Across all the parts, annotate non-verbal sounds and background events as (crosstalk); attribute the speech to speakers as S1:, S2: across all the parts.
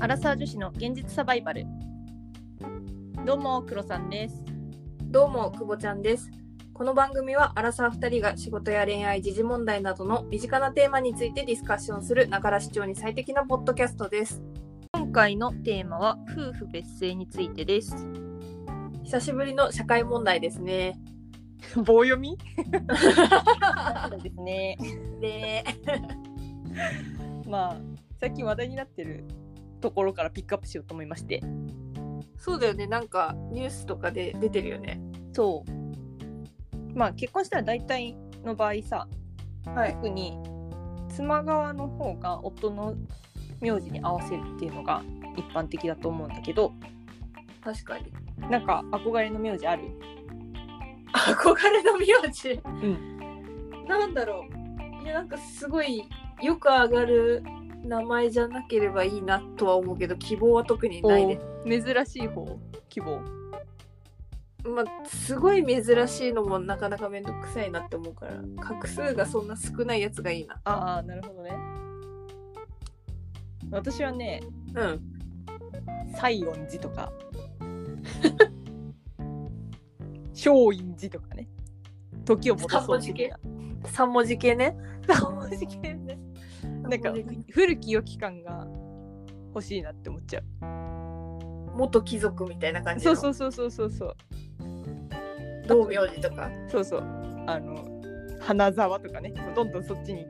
S1: アラサー女子の現実サバイバルどうもクロさんです
S2: どうも、くぼちゃんです。この番組は、アラサー2人が仕事や恋愛、時事問題などの身近なテーマについてディスカッションする、ながら視聴に最適なポッドキャストです。
S1: 今回のテーマは夫婦別姓についてです
S2: 久しぶりの社会問題ですね。
S1: (laughs) 棒読 (laughs) みそうですね
S2: で、
S1: まあ最近話題になってるところからピックアップしようと思いまして
S2: そうだよね、なんかニュースとかで出てるよね。
S1: そうまあ結婚したら大体の場合さ、
S2: はい。
S1: 特に妻側の方が夫の名字に合わせるっていうのが一般的だと思うんだけど
S2: 確かに。
S1: なんか憧れの名字ある
S2: 憧れの名字。
S1: ん
S2: なんだろう。いや、なんかすごい、よく上がる名前じゃなければいいなとは思うけど、希望は特にないね。
S1: 珍しい方希望
S2: まあ、すごい珍しいのもなかなかめんどくさいなって思うから画数がそんな少ないやつがいいな
S1: ああなるほどね私はね
S2: うん
S1: 西園寺と
S2: (laughs)
S1: か松陰寺とかね時を戻そう的な
S2: 3文字系ね
S1: 三文字系ねなんか
S2: 三文字系
S1: 古き良き感が欲しいなって思っちゃう
S2: 元貴族みたいな感じ
S1: そ
S2: の
S1: うそうそうそうそうそう
S2: 同名字とか
S1: そうそうあの花沢とかねどんどんそっ
S2: (laughs)
S1: ちに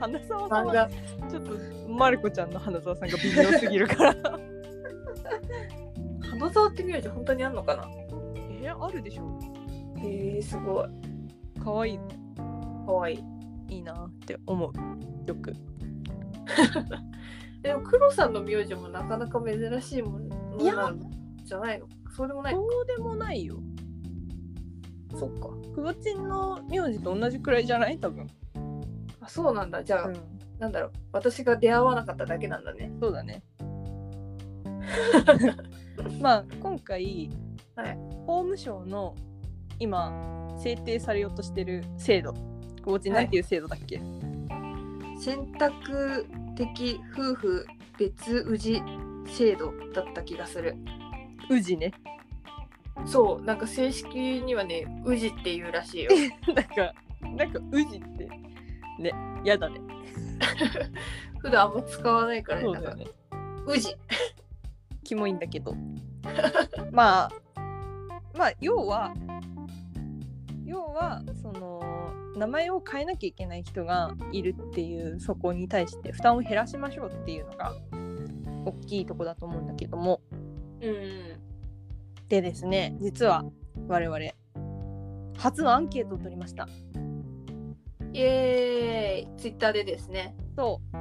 S1: 花沢さん
S2: 漫
S1: は
S2: 画
S1: ちょっとまる子ちゃんの花沢さんが微妙すぎるから
S2: 花沢って名字本当にあんのかな
S1: えあるでしょ
S2: へえすごい
S1: 可愛い
S2: かわいい
S1: いいなって思うよく
S2: でも黒さんの名字もなかなか珍しいもの
S1: いや
S2: なんじゃないのそうでもない
S1: そうでもないよ
S2: そっか
S1: くぼちんの名字と同じくらいじゃない多分、
S2: あそうなんだじゃあ、
S1: ん、
S2: なんだろう私が出会わなかっただけなんだね
S1: そうだ
S2: (laughs)
S1: ねまあ今回、
S2: はい
S1: 法務省の今制定されようとしてる制度くぼちん
S2: はい
S1: なんていう制度だっけ、
S2: 選択的夫婦別氏制度だった気がする
S1: うじね (laughs)
S2: そうなんか正式にはね氏っていうらしいよ
S1: なんかなんかうじってねやだね
S2: 普段あんま使わないからねなんか
S1: ね
S2: 氏
S1: キモいんだけど (laughs) まあまあ要は要はその名前を変えなきゃいけない人がいるっていうそこに対して負担を減らしましょうっていうのが大きいとこだと思うんだけども
S2: うん
S1: でですね実は我々初のアンケートを取りました
S2: イエーイツイッターでですね
S1: そう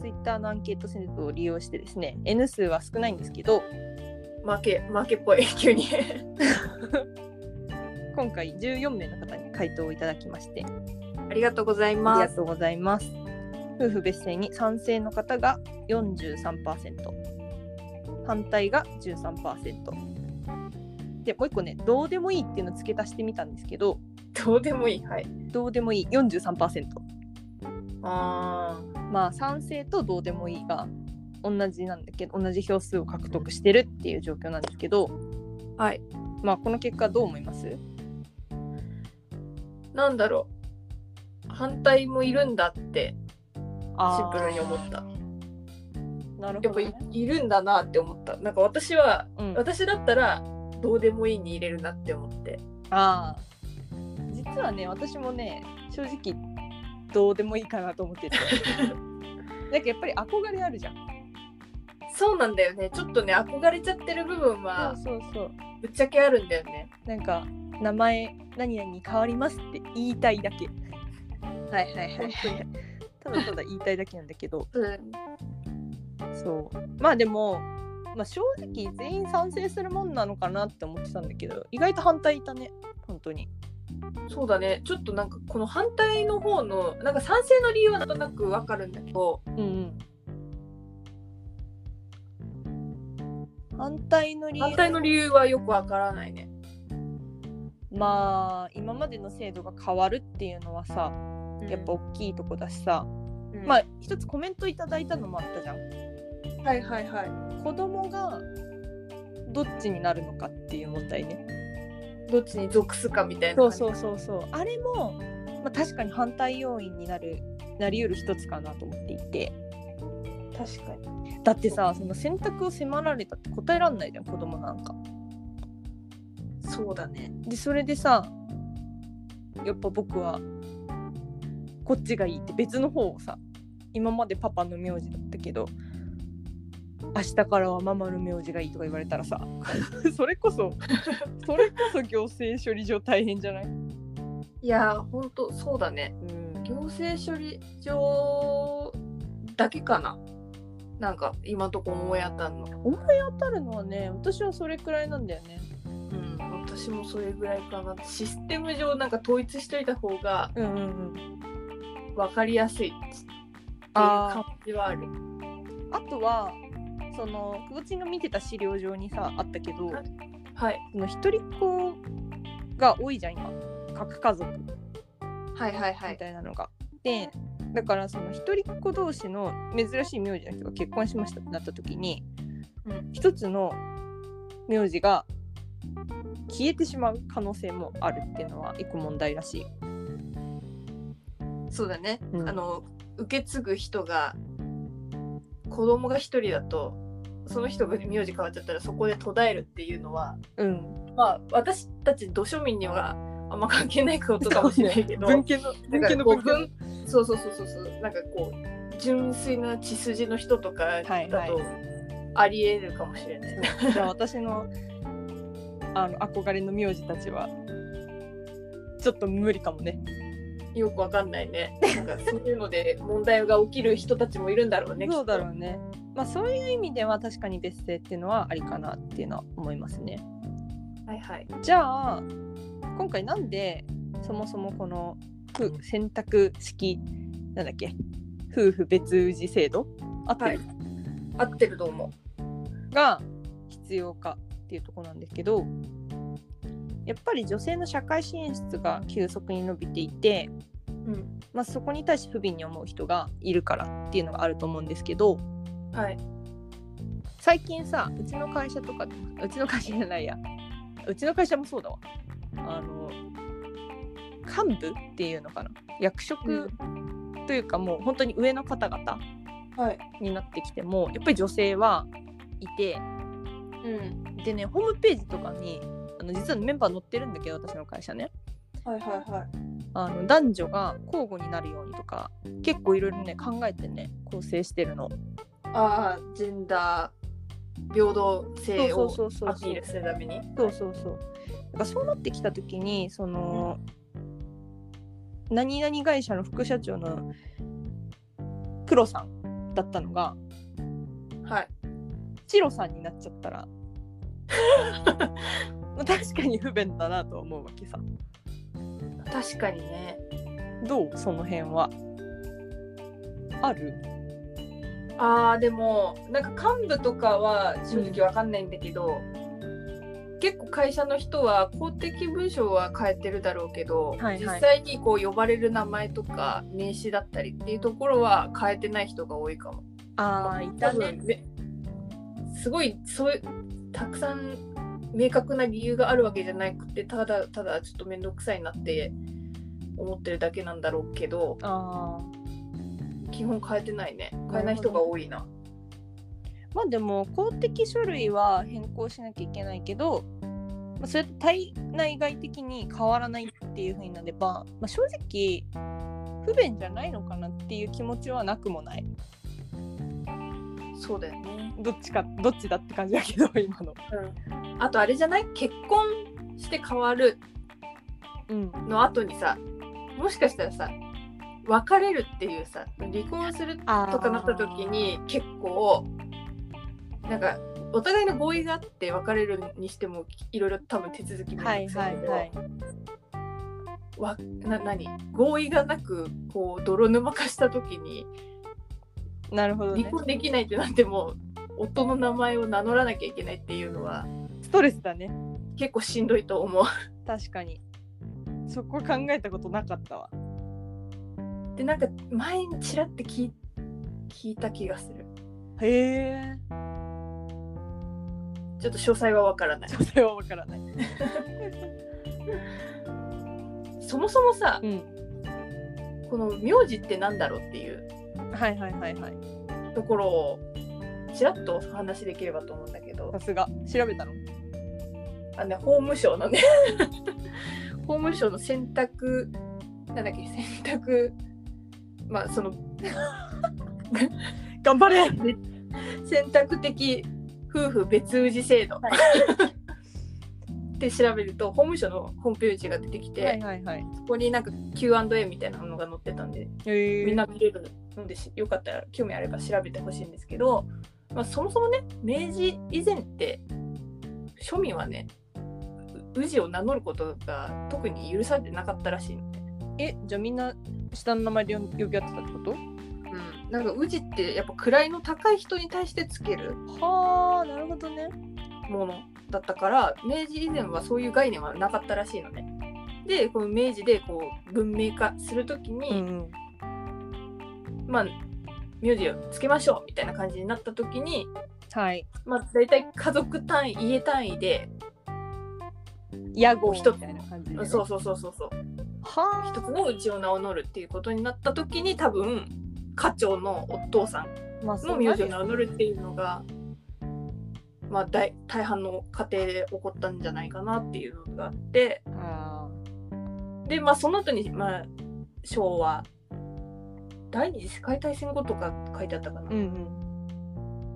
S1: ツイッターのアンケート制度を利用してですね N 数は少ないんですけど
S2: 負け負けっぽい (laughs) 急に
S1: 今回14名の方に回答をいただきまして
S2: ありがとうござい
S1: あ
S2: ま
S1: りが
S2: す
S1: とうございます。夫婦別姓に賛成の方が43%、反対が13%。で、もう一個ね、どうでもいいっていうのを付け足してみたんですけど、
S2: どうでもいいはい
S1: どうでもいい43%。
S2: あ
S1: まあ、賛成とどうでもいいが同じなんだけど、同じ票数を獲得してるっていう状況なんですけど、
S2: ーはい
S1: まあ、この結果どう思います
S2: なんだろう反対もいるんだってシンプルに思った
S1: なるほど、
S2: やっぱい
S1: ね。
S2: いるんだなって思ったなんか私は
S1: うん、あ
S2: 私だったらどうでもいいに入れるなって思って
S1: あー。実はね、私もね、正直、どうでもいいかなと思
S2: (laughs)
S1: ってて。なんかやっぱり憧れあるじゃん。
S2: そうなんだよねちょっとね憧れちゃってる部分は
S1: そうそうそう。
S2: ぶっちゃけあるんだよね
S1: なんか名前何々に変わりますって言いたいだけ。
S2: はいはい
S1: 本当に。ただただ言いたいだけなんだけど。
S2: うん
S1: そう。まあでも、まあ、正直全員賛成するもんなのかなって思ってたんだけど、意外と反対いたね。本当に。
S2: そうだねちょっとなんかこの反対の方のなんか賛成の理由はなんとなくわかるんだけど
S1: うんうん。反対の理由
S2: 反対の理由はよくわからないね
S1: まあ今までの制度が変わるっていうのはさやっぱ大きいとこだしさ、
S2: うん
S1: まあ一つコメントいただいたのもあったじゃん
S2: はいはいは
S1: 子供がどっちになるのかっていう問題ね。
S2: い。どっちに属すかみたいな
S1: そう
S2: 感じ。
S1: そうそうそうあれも、まあ、確かに反対要因になるなりうる一つかなと思っていて
S2: 確かに。
S1: だってさその選択を迫られたって答えらんないじゃん子供なんか。
S2: そうだね。
S1: でそれでさやっぱ僕はこっちがいいって別の方をさ今までパパの名字だったけど明日からはママの名字がいいとか言われたらさ (laughs) それこそそれこそ行政処理上大変じゃない、
S2: いやー、ほんとそうだね。行政処理上だけかな。なんか今んとこ思い当たんの。
S1: 当たるのはね私はそれくらいなんだよね。
S2: うん、私もそれぐらいかな。システム上なんか統一しといた方が
S1: うんうんうん、
S2: 分かりやすいっていう感
S1: あ
S2: じはある。
S1: ーあとはその久保ちんが見てた資料上にさあったけど
S2: はい、
S1: その一人っ子が多いじゃん今核家族。
S2: はいはいは
S1: み
S2: い。
S1: たいなのが。でだからその一人っ子同士の珍しい名字の人が結婚しましたってなった時に、
S2: うん
S1: 一つの名字が消えてしまう可能性もあるっていうのは一個問題らしい。
S2: そうだね。
S1: うん
S2: あの受け継ぐ人が子供が一人だとその人が名字変わっちゃったらそこで途絶えるっていうのは
S1: うん、
S2: まあ私たち土庶民にはあんま関係ないことかもしれないけど
S1: 文献の文献の
S2: なん
S1: 文
S2: かこう
S1: 献
S2: 文そうそうそうそうそうなんかこう純粋な血筋の人とかだと、
S1: はいはい
S2: ありえるかもしれない。
S1: じゃあ私のあの憧れの名字たちはちょっと無理かもね。
S2: よくわかんない (laughs) ね。なんかそういうので問題が起きる人たちもいるんだろうね。
S1: そうだ
S2: きっ
S1: ろうね。まあそういう意味では確かに別姓っていうのはありかなっていうのは思いますね。
S2: と。はいはい。
S1: じゃあ今回なんでそもそもこのふ選択式なんだっけ夫婦別氏制度あってる、
S2: はい合ってると思う。
S1: が必要かっていうところなんですけどやっぱり女性の社会進出が急速に伸びていて、
S2: うん。
S1: まあ、そこに対して不憫に思う人がいるからっていうのがあると思うんですけど
S2: はい。
S1: 最近さうちの会社とかうちの会社じゃないやうちの会社もそうだわあの幹部っていうのかな役職というかもう本当に上の方々
S2: はい。
S1: になってきてもやっぱり女性はいて
S2: うん。
S1: でねホームページとかにあの実はメンバー載ってるんだけど私の会社ね
S2: はいはいはい。
S1: あの男女が交互になるようにとか結構いろいろね考えてね構成してるの。
S2: ああ、ジェンダー平等性を
S1: そうそうそうそう
S2: アピールするために。
S1: そうそうそう。だからそうなってきた時にその、何々会社の副社長の黒さんだったのが
S2: はい。
S1: チロさんになっちゃ (laughs) ったらまあ確かに不便だなとは思うわけさ。
S2: 確かにね。
S1: どうその辺は。ある
S2: ああ、でも、なんか幹部とかは正直わかんないんだけど、結構会社の人は公的文書は変えてるだろうけど、
S1: はいはい
S2: 実際にこう呼ばれる名前とか名刺だったりっていうところは変えてない人が多いかも。
S1: ああい
S2: 多分めすごいそういうたくさん明確な理由があるわけじゃなくてただただちょっと面倒くさいなって思ってるだけなんだろうけど
S1: あー
S2: 基本変えてないね変えない人が多いな
S1: まあでも公的書類は変更しなきゃいけないけど、まあ、それと対内外的に変わらないっていう風になれば、まあ、正直不便じゃないのかなっていう気持ちはなくもない
S2: そうだよね、
S1: どっちかどっちだって感じだけど (laughs) 今の。
S2: うん、あとあれじゃない結婚して変わる
S1: うん、
S2: の後にさもしかしたらさ別れるっていうさ離婚するとかなった時に結構なんかお互いの合意があって別れるにしてもいろいろ多分手続きも
S1: はいはいはい。
S2: わな何合意がなくこう泥沼化した時に
S1: なるほど
S2: 離
S1: ね。
S2: 婚できないってなっても夫の名前を名乗らなきゃいけないっていうのは
S1: ストレスだね
S2: 結構しんどいと思う。
S1: 確かに。そこ考えたことなかったわ。
S2: でなんか前にちらって聞い聞いた気がする。
S1: へえ (laughs)
S2: ちょっと詳細はわからない
S1: ちょっとは分からない
S2: そもそもさ
S1: うん
S2: この名字ってなんだろうっていう
S1: はいはいはいはい
S2: ところをちらっとお話しできればと思うんだけど
S1: さすが調べたの
S2: あの、ね、法務省のね (laughs) 法務省の選択なんだっけ選択まあその
S1: (laughs) 頑張れ
S2: 選択的夫婦別氏制 (laughs) 度、
S1: は
S2: で調べると法務省のホームページが出てきて、
S1: はいはいはい
S2: そこになんか Q&A みたいなのが載ってたんで
S1: へえ
S2: みんな見れるのでしよかったら興味あれば調べてほしいんですけど、まあ、そもそもね明治以前って庶民はねう氏を名乗ることが特に許されてなかったらしいので、
S1: えじゃあみんな下の名前で呼び合ってたってこと
S2: うん、なんか氏ってやっぱ位の高い人に対してつける
S1: はあなるほどね
S2: ものだったから明治以前はそういう概念はなかったらしいのね。でこの明治でこう文明化するとき
S1: う
S2: に、
S1: ん
S2: まあ名字をつけましょうみたいな感じになったときに、
S1: はい
S2: まあ、大体家族単位家単位で
S1: 屋号みたいな感じでね、
S2: そうそうそうそうそう
S1: はあ
S2: 一つのうちを名乗るっていうことになったときに多分家長のお父さん
S1: まあそ
S2: の
S1: うな
S2: 名字
S1: る
S2: を名乗るっていうのが、まあ、大大半の家庭で起こったんじゃないかなっていうのがあって。
S1: あ
S2: でまあその後にまあ昭和第二次世界大戦後とか書いてあったかな、
S1: ーうん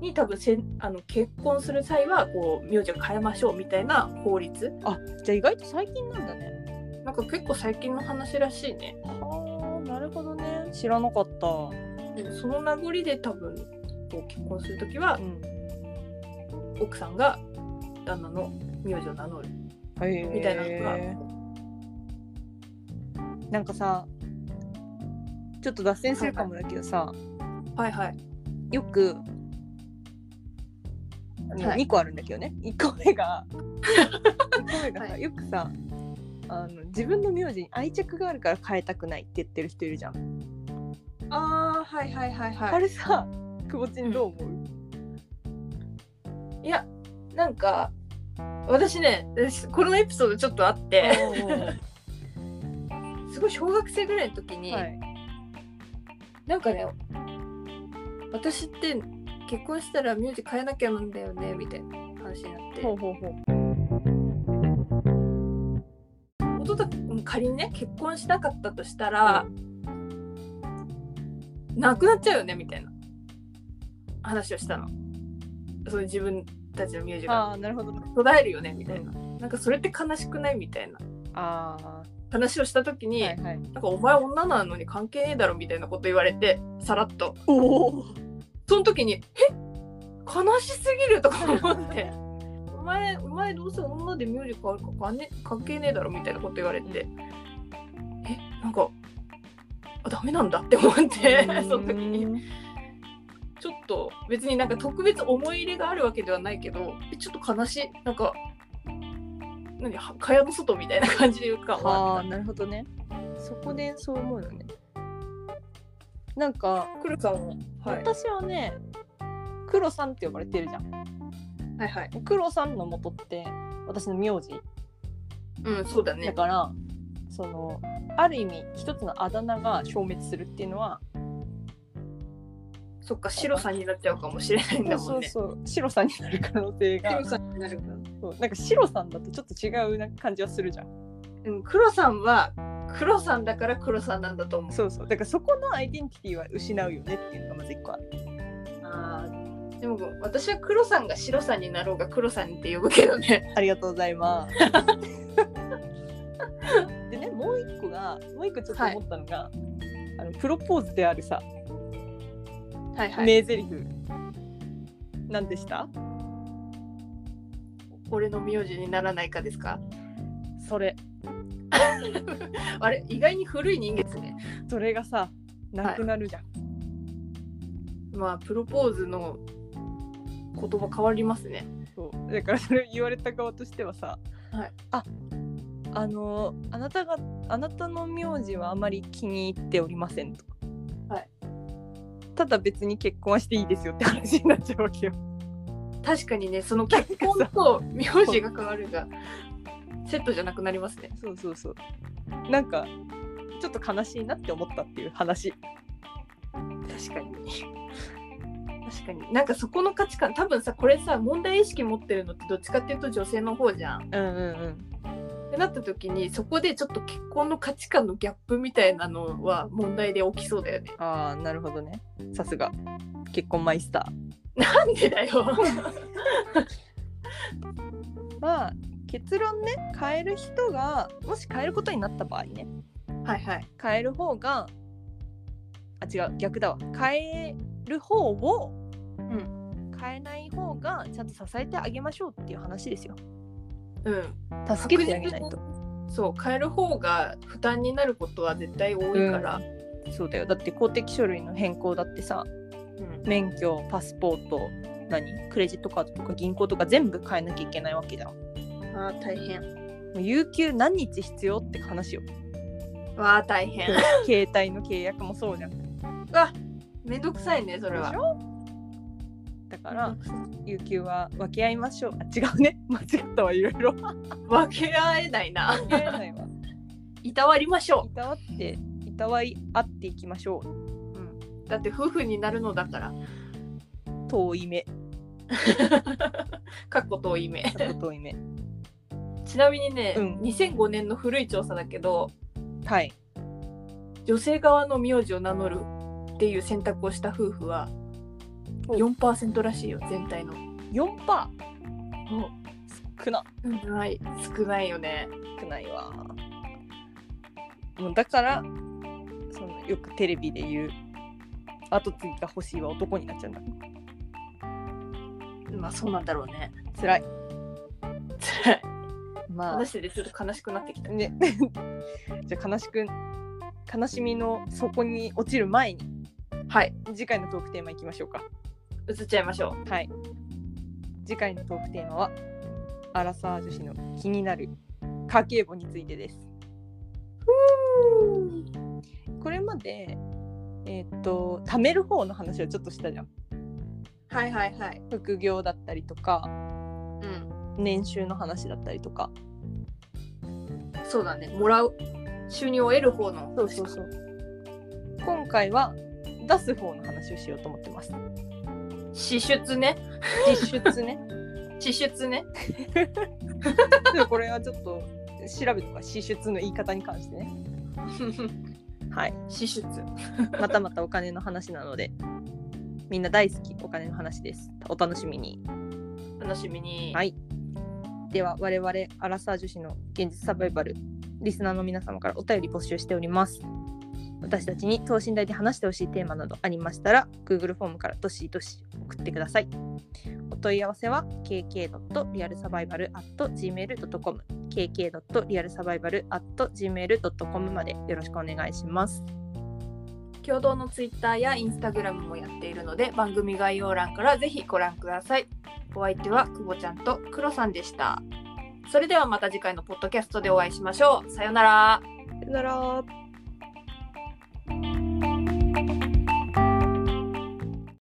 S2: に多分せんあの結婚する際はこう名字を変えましょうみたいな法律
S1: うんあじゃあ意外と最近なんだね
S2: なんか結構最近の話らしいね
S1: はあなるほどね知らなかった
S2: その名残で多分こう結婚する時は
S1: うん
S2: 奥さんが旦那の名字を名乗るみ
S1: み
S2: たいなのが、
S1: なんかさちょっと脱線するかもだけどさ、
S2: はいはい
S1: よく、あの
S2: はい
S1: 2個あるんだけどね1個目が一個目がさ
S2: は
S1: よくさあの自分の名字に愛着があるから変えたくないって言ってる人いるじゃん、
S2: あーはいはいはい
S1: あ
S2: は
S1: れさ久保ちんどう思う、
S2: いいやなんか私ねこのエピソードちょっとあってすごい小学生ぐらいの時に、
S1: はい、
S2: なんかね私って結婚したら名字変えなきゃなんだよねみたいな話になって
S1: ほうほうほう
S2: 弟が仮にね結婚しなかったとしたら、なくなっちゃうよねみたいな話をしたのそういう自分たちの名字が
S1: ああなるほど
S2: 途絶えるよねみたいな、なんかそれって悲しくないみたいな
S1: ああ
S2: 話をした時に、
S1: はいはい
S2: なんかお前女なのに関係ねえだろみたいなこと言われてさらっと
S1: お (laughs) お
S2: その時に「え悲しすぎる」とか思って「お前お前どうせ女で名字変わるか関,、ね、関係ねえだろ」みたいなこと言われて
S1: う
S2: 「えなんかあダメなんだ」って思 (laughs) ってその時にちょっと別になんか特別思い入れがあるわけではないけどえちょっと悲しいなんか何は蚊帳の外みたいな感じで言うか
S1: ああなるほどねそこでそう思うよねなんか、
S2: くるかも、はい、
S1: 私はね黒さんって呼ばれてるじゃん
S2: はいはい
S1: 黒さんの元って私の名字
S2: うんそうだ
S1: だ
S2: ね
S1: から、そのある意味一つのあだ名が消滅するっていうのは
S2: そっか白さんになっちゃうかもしれないんだもんね
S1: そう白さんになる可能性が
S2: 白さんになるから
S1: そうなんか白さんだとちょっと違うな感じはするじゃん
S2: うん、黒さんは黒さんだから黒さんなんだと思う。
S1: そうそうだからそこのアイデンティティは失うよねっていうのがまず一個ある
S2: あーでも私は黒さんが白さんになろうが黒さんって呼ぶけどね。
S1: ありがとうございます。
S2: (laughs)
S1: でねもう一個がもう一個ちょっと思ったのが、あのプロポーズであるさ、
S2: はいはい。
S1: 名台詞なんでした
S2: 俺の名字にならないかですか。
S1: それ
S2: あれ意外に古い人間ですね。
S1: それがさなくなるじゃん、
S2: まあプロポーズの言葉変わりますね。
S1: そうだからそれを言われた側としてはさ、
S2: はい
S1: ああのあなたがあなたの名字はあまり気に入っておりませんと、
S2: はい
S1: ただ別に結婚はしていいですよって話になっちゃうわけよ。
S2: 確かにねその結婚と名字が変わるがセットじゃなくなりますね
S1: そうそうそう。なんかちょっと悲しいなって思ったっていう話。
S2: 確かに確かになんかそこの価値観多分さこれさ問題意識持ってるのってどっちかっていうと女性の方じゃん。
S1: うんうんうん。
S2: ってなった時にそこでちょっと結婚の価値観のギャップみたいなのは問題で起きそうだよね。
S1: ああなるほどね。さすが結婚マイスタ
S2: なんでだ (laughs) よ
S1: ー。 (laughs) まあ結論ね変える人がもし変えることになった場合ね
S2: はいはい。
S1: 変える方があ違う逆だわ変える方を、
S2: ん
S1: 変えない方がちゃんと支えてあげましょうっていう話ですよ
S2: うん。
S1: 助けてあげないと
S2: 確実にそう変える方が負担になることは絶対多いから。
S1: そうだよだって公的書類の変更だってさ
S2: うん
S1: 免許パスポート何クレジットカードとか銀行とか全部変えなきゃいけないわけじゃんも
S2: ああ大変。
S1: う有給何日必要って話よ
S2: わあ大変。
S1: 携帯の契約もそうじゃん
S2: わめんどくさいねそれは
S1: でし。ょだから有給は分け合いましょうあ違うね (laughs) 間違ったわいろいろ
S2: 分け合えないな。
S1: 分け合えないわ
S2: いたわりましょ
S1: (laughs) いたわっていたわい合っていきましょう
S2: う。うん、だって夫婦になるのだから。
S1: 遠い目
S2: かっこ遠い目。
S1: ちょっと遠い目
S2: ちなみにね、
S1: うん
S2: 2005年の古い調査だけど
S1: はい
S2: 女性側の名字を名乗るっていう選択をした夫婦は
S1: お
S2: 4%らしいよ全体の。
S1: 4%パー少な
S2: 少ない少ないよね。
S1: くないわもうだからそのよくテレビで言う後継ぎが欲しいは男になっちゃうんだ
S2: まあそうなんだろうね。
S1: 辛い
S2: 辛い
S1: ま
S2: 話でちょっと悲しくなってきた。
S1: ね (laughs) じゃあ悲しく悲しみの底に落ちる前に
S2: はい
S1: 次回のトークテーマいきましょうか
S2: 移っちゃいましょ
S1: はい次回のトークテーマはアラサー女子の気になる家計簿についてです
S2: う。
S1: これまでえーっと貯める方の話をちょっとしたじゃん
S2: はいはいはい。
S1: 副業だったりとか
S2: うん
S1: 年収の話だったりとか
S2: そうだね。もらう収入を得る方の。
S1: そうそうそう。今回は出す方の話をしようと思ってます。
S2: 支出ね。
S1: 実出ね。
S2: 支出ね。
S1: (laughs)
S2: (laughs)
S1: でもこれはちょっと調べとか支出の言い方に関してね。はい。
S2: 支出。
S1: またまたお金の話なので、みんな大好きお金の話です。お楽しみに。
S2: 楽しみに。
S1: はいでは我々アラサー女子の現実サバイバルリスナーの皆様からお便り募集しております私たちに等身大で話してほしいテーマなどありましたら Google フォームからどしどし送ってくださいお問い合わせは kk.realsurvival.gmail.com kk.realsurvival.gmail.com までよろしくお願いします
S2: 共同のツイッターやインスタグラムもやっているので番組概要欄からぜひご覧くださいお相手は久保ちゃんとクロさんでしたそれではまた次回のポッドキャストでお会いしましょうさようなら
S1: さよなら